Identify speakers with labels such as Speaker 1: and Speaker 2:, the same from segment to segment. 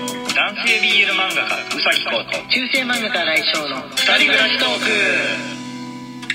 Speaker 1: 性 BL 漫画家うさぎこと
Speaker 2: 中世漫画家来翔の
Speaker 1: 二人暮らしトーク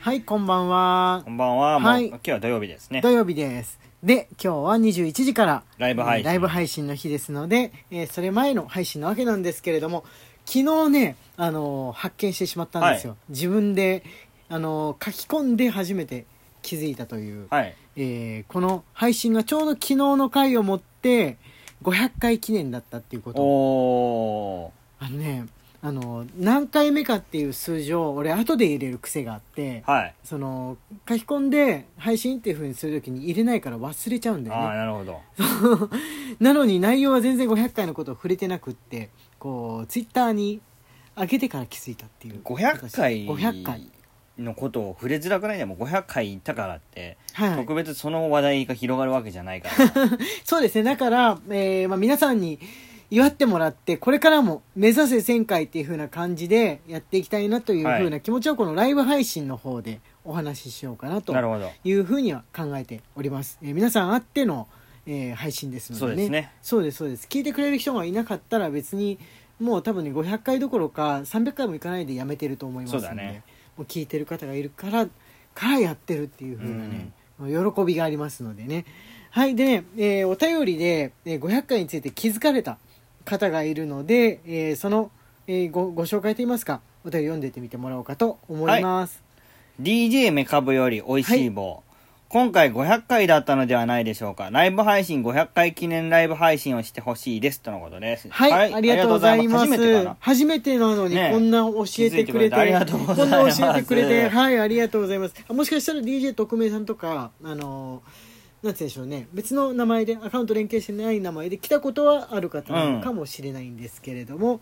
Speaker 2: はいこんばんは
Speaker 3: こんばんは。もう、
Speaker 2: はい
Speaker 3: 今日は土曜日ですね
Speaker 2: 土。曜日ですで今日は21時から
Speaker 3: ライブ配信
Speaker 2: えーライブ配信の日ですので、えーそれ前の配信なわけなんですけれども昨日ね、あのー発見してしまったんですよ、
Speaker 3: は
Speaker 2: 自分で、あのー書き込んで初めて気づいたという、
Speaker 3: はい。
Speaker 2: えーこの配信がちょうど昨日の回をもって500回記念だったっていうことを
Speaker 3: おー。
Speaker 2: あのねあの何回目かっていう数字を俺後で入れる癖があって、
Speaker 3: はい。
Speaker 2: その書き込んで配信っていう風にする時に入れないから忘れちゃうんだ
Speaker 3: あ
Speaker 2: よ
Speaker 3: あ、
Speaker 2: ね
Speaker 3: なるほど。
Speaker 2: なのに内容は全然500回のことを触れてなくってこうツイッターに上げてから気づいたっていう
Speaker 3: 500回
Speaker 2: 500回
Speaker 3: のことを触れづらくないでも500回行ったからって、
Speaker 2: はい
Speaker 3: 特別その話題が広がるわけじゃないから。
Speaker 2: そうですねだから、えーまあ、皆さんに祝ってもらってこれからも目指せ1000回っていう風な感じでやっていきたいなという
Speaker 3: はい
Speaker 2: 風な気持ちをこのライブ配信の方でお話ししようかなと
Speaker 3: なるほど。
Speaker 2: いうふうには考えております、えー皆さんあっての、えー配信ですのでね
Speaker 3: そうですね
Speaker 2: そうですそうです聞いてくれる人がいなかったら別にもう多分ね500回どころか300回もいかないでやめてると思いますので
Speaker 3: そうだね
Speaker 2: もう聞いてる方がいるからからやってるっていうふうなね、喜びがありますのでねはいでね、えーお便りで、えー500回について気づかれた方がいるので、えーその、えーごご紹介といいますかお便り読んでってみてもらおうかと思います、
Speaker 3: DJ メカブより美味しい棒、今回500回だったのではないでしょうかライブ配信500回記念ライブ配信をしてほしいですとのことです
Speaker 2: はい、ありがとうございます。
Speaker 3: ありがとうございます
Speaker 2: 初めてなのに、
Speaker 3: ねえ
Speaker 2: こんな教えてくれて、
Speaker 3: 気づいてくれてありがとうござ
Speaker 2: こ
Speaker 3: います
Speaker 2: んな教えてくれて、はい、ありがとうございます。あもしかしたら DJ 特命さんとか、あのーなんて言うんでしょうね別の名前でアカウント連携してない名前で来たことはある方なのかもしれないんですけれども、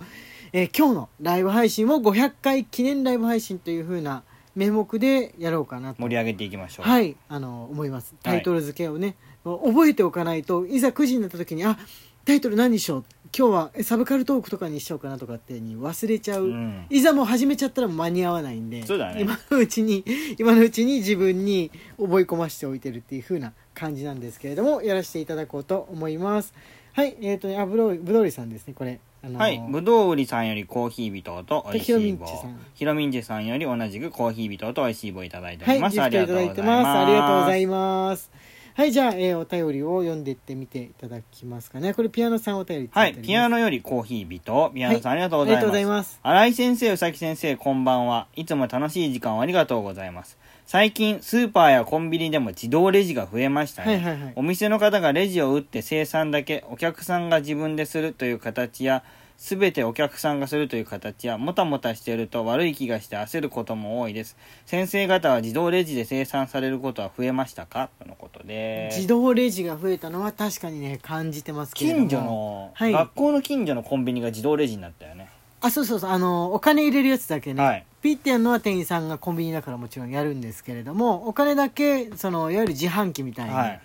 Speaker 2: えー今日のライブ配信も500回記念ライブ配信というふうな名目でやろうかなと
Speaker 3: 盛り上げていきましょう、
Speaker 2: はいい、あの思いますタイトル付けをね、覚えておかないといざ9時になった時にあタイトル何にしよう今日はえサブカルトークとかにしようかなとかっていうに忘れちゃう、
Speaker 3: うん
Speaker 2: いざもう始めちゃったら間に合わないんで
Speaker 3: そうだね
Speaker 2: 今のうちに 今のうちに自分に覚え込ましておいてるっていう風な感じなんですけれどもやらせていただこうと思いますはいえっ、とねあぶどうぶどうりさんですねこれあのー
Speaker 3: はい、ぶどう売りさんよりコーヒー人と美味しい棒
Speaker 2: で
Speaker 3: ひろみんちさんより同じくコーヒー人と美味しい棒いただいてお
Speaker 2: は
Speaker 3: り
Speaker 2: い、
Speaker 3: ます、
Speaker 2: ギフトいただいてます。ありがとうございます。はい、じゃあ、えーお便りを読んでってみていただきますかね。これピアノさんお便りいた
Speaker 3: は
Speaker 2: だい
Speaker 3: い、
Speaker 2: ております。
Speaker 3: ピアノよりコーヒー人、ピアノさん、
Speaker 2: はい
Speaker 3: ありがとうござ
Speaker 2: あり
Speaker 3: います。
Speaker 2: がとうございます
Speaker 3: 新井先生、うさき先生、こんばんは。いつも楽しい時間をありがとうございます。最近、スーパーやコンビニでも自動レジが増えましたね。
Speaker 2: はいはいはい
Speaker 3: お店の方がレジを打って生産だけ、お客さんが自分でするという形や、すべてお客さんがするという形や、もたもたしていると悪い気がして焦ることも多いです。先生方は自動レジで生産されることは増えましたかとのことで。
Speaker 2: 自動レジが増えたのは確かにね、感じてますけれども。
Speaker 3: 近所の、
Speaker 2: はい
Speaker 3: 学校の近所のコンビニが自動レジになったよね。
Speaker 2: あ、そうそうそう、あの、お金入れるやつだけね。
Speaker 3: はい
Speaker 2: ピッてやるのは店員さんがコンビニだからもちろんやるんですけれども、お金だけ、その、いわゆる自販機みたいに、
Speaker 3: はい。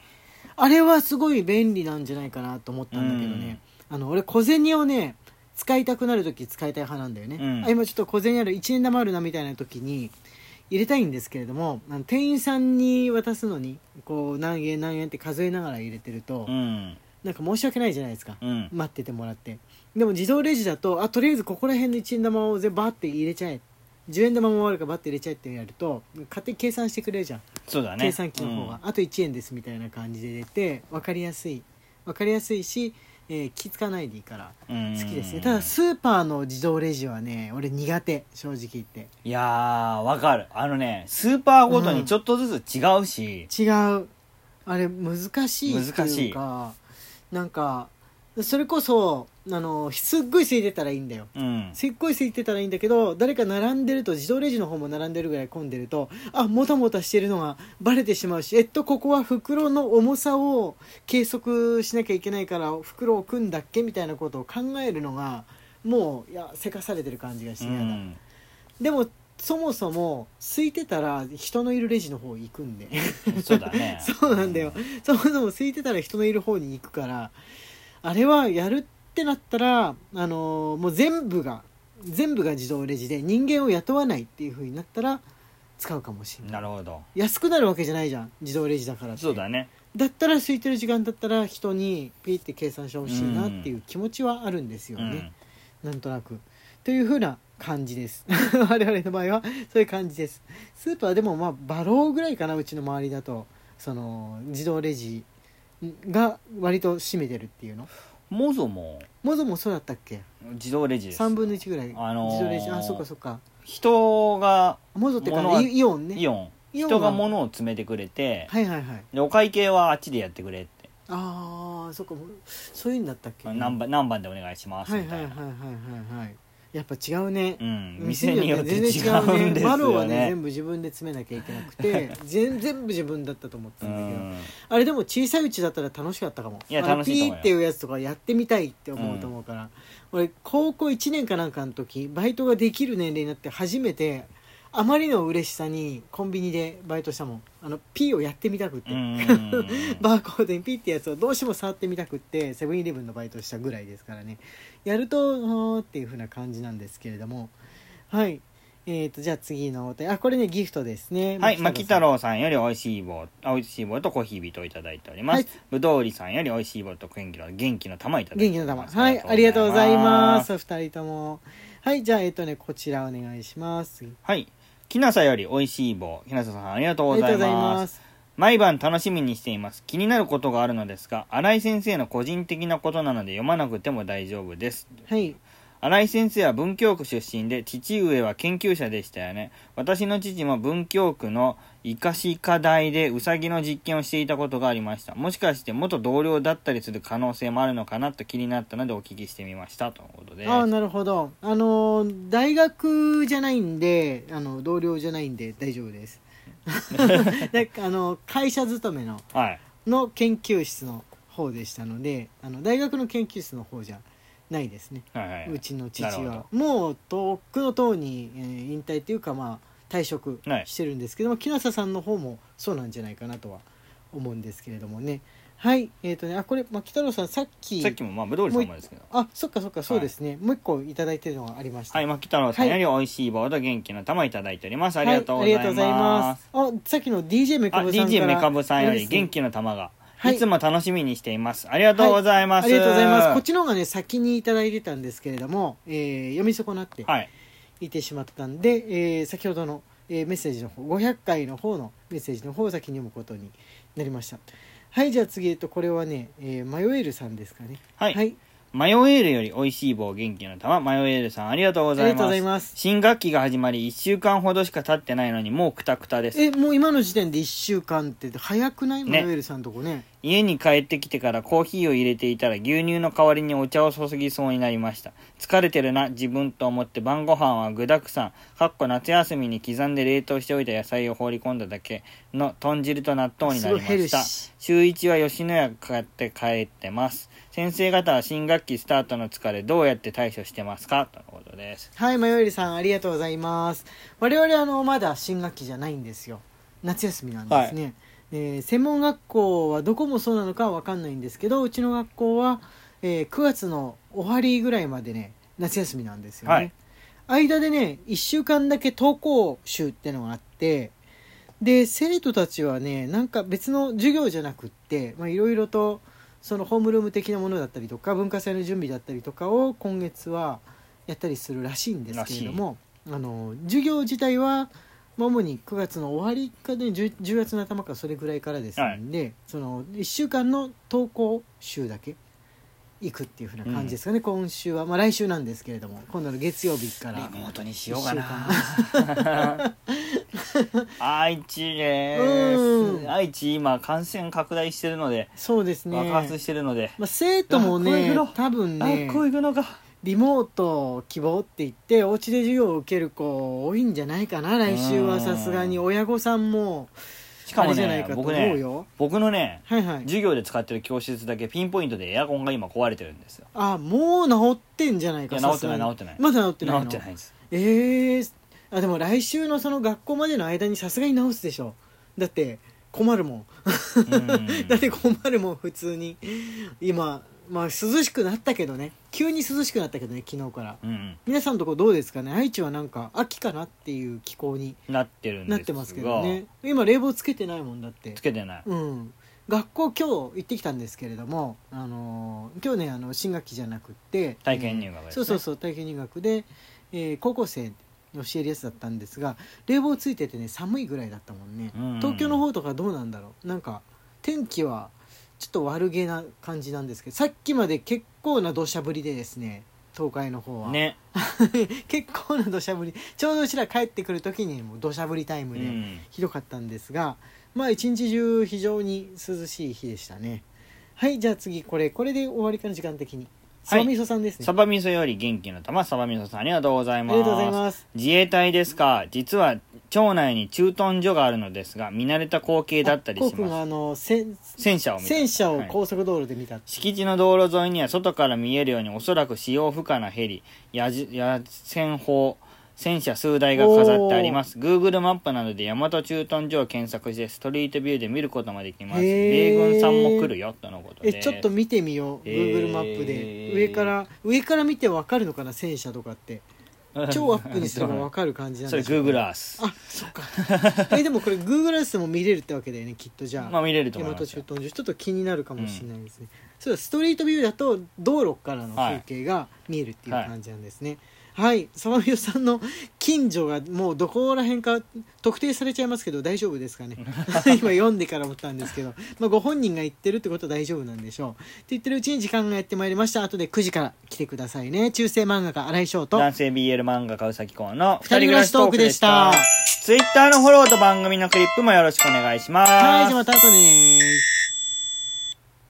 Speaker 2: あれはすごい便利なんじゃないかなと思ったんだけどね、あの俺小銭をね使いたくなる時使いたい派なんだよね、
Speaker 3: うん
Speaker 2: あ今ちょっと小銭ある1円玉あるなみたいな時に入れたいんですけれどもあの店員さんに渡すのにこう何円何円って数えながら入れてると、
Speaker 3: うん。
Speaker 2: なんか申し訳ないじゃないですか、
Speaker 3: うん。
Speaker 2: 待っててもらってでも自動レジだとあとりあえずここら辺の1円玉を全部バッて入れちゃえ10円玉もあるからバッて入れちゃえってやると勝手に計算してくれるじゃん
Speaker 3: そうだね。
Speaker 2: 計算機の方が、あと1円ですみたいな感じで出て分かりやすい分かりやすいし、えー気付かないでいいから
Speaker 3: うん、
Speaker 2: 好きですね
Speaker 3: うん
Speaker 2: ただスーパーの自動レジはね俺苦手正直言って
Speaker 3: いやー、わかる。あのね、スーパーごとにちょっとずつ違うし、
Speaker 2: 違うあれ難しいって
Speaker 3: 難し
Speaker 2: いう
Speaker 3: い
Speaker 2: かなんかそれこそあのすっごい空いてたらいいんだよ
Speaker 3: うん。
Speaker 2: すっごい空いてたらいいんだけど誰か並んでると自動レジの方も並んでるぐらい混んでるとあもたもたしてるのがバレてしまうしえっとここは袋の重さを計測しなきゃいけないから袋を置くんだっけみたいなことを考えるのがもういやせかされてる感じがして
Speaker 3: う
Speaker 2: 嫌だ、
Speaker 3: ん。
Speaker 2: でもそもそも空いてたら人のいるレジの方行くんで。
Speaker 3: そうだね
Speaker 2: そうなんだよそもそも空いてたら人のいる方に行くからあれはやるってなったら、あのーもう全部が全部が自動レジで人間を雇わないっていう風になったら使うかもし
Speaker 3: う
Speaker 2: れ
Speaker 3: ん。
Speaker 2: ない
Speaker 3: なるほど。
Speaker 2: 安くなるわけじゃないじゃん自動レジだからって
Speaker 3: そうだね。
Speaker 2: だったら空いてる時間だったら人にピーって計算してほしいなっていう気持ちはあるんですよ
Speaker 3: う
Speaker 2: ね。
Speaker 3: ん
Speaker 2: なんとなく。というふうな感じです。 我々の場合はそういう感じです。スーパーでもまあバローぐらいかなうちの周りだとその自動レジが割と占めてるっていうの。
Speaker 3: モゾも
Speaker 2: モゾもそうだったっけ
Speaker 3: 自動レジです
Speaker 2: 3分の1ぐらい、
Speaker 3: あのー
Speaker 2: 自動レジあそうかそうか
Speaker 3: 人が
Speaker 2: モゾってか
Speaker 3: 物は
Speaker 2: イイオンね
Speaker 3: イオン
Speaker 2: イオンは
Speaker 3: 人が物を詰めてくれて、
Speaker 2: はいはいはい
Speaker 3: でお会計はあっちでやってくれって、
Speaker 2: ああそっかそういうんだったっけ
Speaker 3: 何番何番でお願いします
Speaker 2: は
Speaker 3: み
Speaker 2: い
Speaker 3: た
Speaker 2: はいい
Speaker 3: な、
Speaker 2: はいはいはいはいやっぱ違うね
Speaker 3: う、ん、店によって違うんです
Speaker 2: 全然違
Speaker 3: よ
Speaker 2: う
Speaker 3: ね
Speaker 2: バローはね全部自分で詰めなきゃいけなくて全全部自分だったと思ってた
Speaker 3: うん
Speaker 2: だけど、
Speaker 3: ん
Speaker 2: あれでも小さいうちだったら楽しかったかも
Speaker 3: いや
Speaker 2: あの
Speaker 3: 楽しいと思うよ
Speaker 2: ピーっていうやつとかやってみたいって思うと思うから、俺高校1年かなんかの時バイトができる年齢になって初めてあまりの嬉しさにコンビニでバイトしたもんあのピーをやってみたくって、
Speaker 3: うん
Speaker 2: バーコードにピーってやつをどうしても触ってみたくってセブンイレブンのバイトしたぐらいですからねやるとあーっていう風な感じなんですけれどもはいえー、とじゃあ次のお便りあこれねギフトですね
Speaker 3: はい、牧
Speaker 2: 牧さ
Speaker 3: 太
Speaker 2: ん
Speaker 3: 郎さんより美味しい棒、美味しい棒とコーヒー人をいただいておりま
Speaker 2: はい
Speaker 3: す。ぶどう売りさんより美味しい棒と元気の元気の玉いただいてお
Speaker 2: 元
Speaker 3: り
Speaker 2: 気の
Speaker 3: ま
Speaker 2: 玉
Speaker 3: す。
Speaker 2: はいありがとうございます。二人ともはいじゃあえっとねこちらお願いします
Speaker 3: はい、きなさより美味しい棒、きなささんありがとう
Speaker 2: あ
Speaker 3: ご
Speaker 2: りが
Speaker 3: ざ
Speaker 2: とうござ
Speaker 3: い
Speaker 2: い
Speaker 3: ま。
Speaker 2: ますす
Speaker 3: 毎晩楽しみにしています。気になることがあるのですが、新井先生の個人的なことなので読まなくても大丈夫です。
Speaker 2: はい
Speaker 3: 新井先生は文京区出身で父上は研究者でしたよね私の父も文京区の医科歯科大でウサギの実験をしていたことがありましたもしかして元同僚だったりする可能性もあるのかなと気になったのでお聞きしてみましたとのことで
Speaker 2: ああなるほどあのー大学じゃないんであの同僚じゃないんで大丈夫です なんかあの会社勤めの
Speaker 3: はい
Speaker 2: の研究室の方でしたのであの大学の研究室の方じゃないですね
Speaker 3: はいはいう
Speaker 2: ちの父
Speaker 3: なるほ
Speaker 2: はもう遠くの党に、えー引退っていうかまあ退職
Speaker 3: はい
Speaker 2: してるんですけども、木下さんの方もそうなんじゃないかなとは思うんですけれどもねはいえっ、とねあこれ牧太郎さんさっき
Speaker 3: さっきもまあぶどうりさんもですけど
Speaker 2: あそっかそっかそうですね、もう一個いただいてるのがありました
Speaker 3: はい牧太郎さんより美味しい棒と元気の玉いただいております、
Speaker 2: はい
Speaker 3: ありがとうございます,、
Speaker 2: あさっきの DJ メカ
Speaker 3: あ
Speaker 2: ブさんから
Speaker 3: DJ メカブさんより元気の玉が、い、つも楽しみにしていますありがとうございます、
Speaker 2: ありがとうございます。こっちの方がね、先にいただいてたんですけれども、えー読み損なって
Speaker 3: はい
Speaker 2: いてしまったんで、えー先ほどの、えーメッセージの方、500回の方のメッセージの方を先に読むことになりました。はい、じゃあ次、えっと、これはね、えーマヨエルさんですかね。
Speaker 3: はい
Speaker 2: はい、
Speaker 3: マヨエールより美味しい棒元気の玉マヨエールさんありがとうご
Speaker 2: あり
Speaker 3: ざい
Speaker 2: がとう
Speaker 3: ま
Speaker 2: ご
Speaker 3: す
Speaker 2: ざいます。
Speaker 3: 新学期が始まり1週間ほどしか経ってないのにもうクタクタです
Speaker 2: え、もう今の時点で1週間って早くないマ
Speaker 3: ね
Speaker 2: ヨエルさんとこね。
Speaker 3: 家に帰ってきてからコーヒーを入れていたら牛乳の代わりにお茶を注ぎそうになりました疲れてるな自分と思って晩ご飯は具だくさんかっこ夏休みに刻んで冷凍しておいた野菜を放り込んだだけの豚汁と納豆になります
Speaker 2: ごいヘ
Speaker 3: し
Speaker 2: ルシ
Speaker 3: た
Speaker 2: ー
Speaker 3: 週1は吉野家買って帰ってます先生方は新学期スタートの疲れどうやって対処してますかとのことです
Speaker 2: はい、マヨエルさん、ありがとうございます。我々、あの、まだ新学期じゃないんですよ。夏休みなんですね。えー専門学校はどこもそうなのかはわかんないんですけど、うちの学校は、えー9月の終わりぐらいまでね、夏休みなんですよね。
Speaker 3: はい
Speaker 2: 間でね、1週間だけ登校週ってのがあって、で、生徒たちはね、なんか別の授業じゃなくって、まあ、いろいろと、そのホームルーム的なものだったりとか文化祭の準備だったりとかを今月はやったりするらしいんですけれどもあの授業自体はまあ主に9月の終わりかで 10, 10月の頭かそれぐらいからですんで、その1週間の登校週だけ行くっていうふうな感じですかね、今週は、まあ、来週なんですけれども今度の月曜日から
Speaker 3: リ。モートにしようかな。 愛知で
Speaker 2: う
Speaker 3: す。
Speaker 2: ん
Speaker 3: 愛知今感染拡大してるので、
Speaker 2: そうですね、
Speaker 3: 爆発してるので。
Speaker 2: まあ、生徒も
Speaker 3: あこうい
Speaker 2: ね
Speaker 3: うの
Speaker 2: 多分ね
Speaker 3: あ、こう行くのか。
Speaker 2: リモート希望って言ってお家で授業を受ける子多いんじゃないかな来週はさすがに親御さんも
Speaker 3: しかも
Speaker 2: あれじゃない
Speaker 3: ね
Speaker 2: か、と
Speaker 3: 僕
Speaker 2: 思う
Speaker 3: ね、
Speaker 2: よ、
Speaker 3: 僕のね、
Speaker 2: はいはい
Speaker 3: 授業で使ってる教室だけピンポイントでエアコンが今壊れてるんですよ。
Speaker 2: あもう治ってんじゃないか
Speaker 3: いや治って
Speaker 2: さすがに
Speaker 3: ない治ってない
Speaker 2: まだ治っ
Speaker 3: 治
Speaker 2: てないの
Speaker 3: ってないです。
Speaker 2: ええあでも来週のその学校までの間にさすがに治すでしょだって困るもん
Speaker 3: うん
Speaker 2: だって困るもん普通に今まあ涼しくなったけどね急に涼しくなったけどね昨日から
Speaker 3: うん
Speaker 2: 皆さんのとこどうですかね愛知はなんか秋かなっていう気候に
Speaker 3: なってるん
Speaker 2: な
Speaker 3: で
Speaker 2: ってます
Speaker 3: す
Speaker 2: け
Speaker 3: が
Speaker 2: ど、ね今冷房つけてないもんだって
Speaker 3: つけてない。
Speaker 2: うん学校今日行ってきたんですけれども、あのー今日ねあの新学期じゃなくって
Speaker 3: 体験入学ですね
Speaker 2: そうそうそう体験入学で、えー高校生に教えるやつだったんですが冷房ついててね寒いぐらいだったもんね、
Speaker 3: うんうん
Speaker 2: 東京の方とかどうなんだろうなんか天気はちょっと悪げな感じなんですけどさっきまで結構な土砂降りでですね東海の方は、
Speaker 3: ね、
Speaker 2: 結構な土砂降りちょうどうちら帰ってくる時にもう土砂降りタイ
Speaker 3: う
Speaker 2: ムで、
Speaker 3: ん、
Speaker 2: ひどかったんですがまあ一日中非常に涼しい日でしたねはいじゃあ次これこれで終わりかな時間的に
Speaker 3: は
Speaker 2: サ
Speaker 3: い
Speaker 2: バみそさんですね、
Speaker 3: サバ味噌より元気の玉サバ味噌さんありがとうござい
Speaker 2: あ
Speaker 3: ま
Speaker 2: り
Speaker 3: す
Speaker 2: がとうございます
Speaker 3: 自衛隊ですか実は町内に駐屯所があるのですが見慣れた光景だったり
Speaker 2: あこ
Speaker 3: し
Speaker 2: うくんが
Speaker 3: ま
Speaker 2: あの戦
Speaker 3: す戦車を見た
Speaker 2: 戦車を
Speaker 3: はい
Speaker 2: 高速道路で見た、
Speaker 3: 敷地の道路沿いには外から見えるようにおそらく使用不可なヘリやじや戦砲戦車数台が飾ってあります Google マップなどで大和駐屯所を検索してストリートビューで見ることもできます
Speaker 2: へー
Speaker 3: 米軍さんも来るよとのこと
Speaker 2: え
Speaker 3: です
Speaker 2: ちょっと見てみよう
Speaker 3: えー
Speaker 2: Google マップで上から上から見てわかるのかな戦車とかって超アップにすればわかる感じなん
Speaker 3: それ
Speaker 2: でしょう
Speaker 3: Google Earth
Speaker 2: あそっかえでもこれ Google アースも見れるってわけだよねきっとじゃあ
Speaker 3: まあ見れると
Speaker 2: 大
Speaker 3: 思い
Speaker 2: 和
Speaker 3: ます
Speaker 2: 駐
Speaker 3: よ
Speaker 2: 屯所ちょっと気になるかもしれないですね、そうだストリートビューだと道路からの風景が見えるっていう感じなんですねはい沢宮、さんの近所がもうどこら辺か特定されちゃいますけど大丈夫です かね今読んでから思ったんですけど、まあ、ご本人が言ってるってことは大丈夫なんでしょうって言ってるうちに時間がやってまいりました後で9時から来てくださいね中世漫画家新井翔と
Speaker 3: 男性 BL 漫画家うさきこうの
Speaker 2: 二人暮らしトークでした
Speaker 3: 二人暮らしトークでした Twitter のフォローと番組のクリップもよろしくお願いします
Speaker 2: はいじゃあまた後ね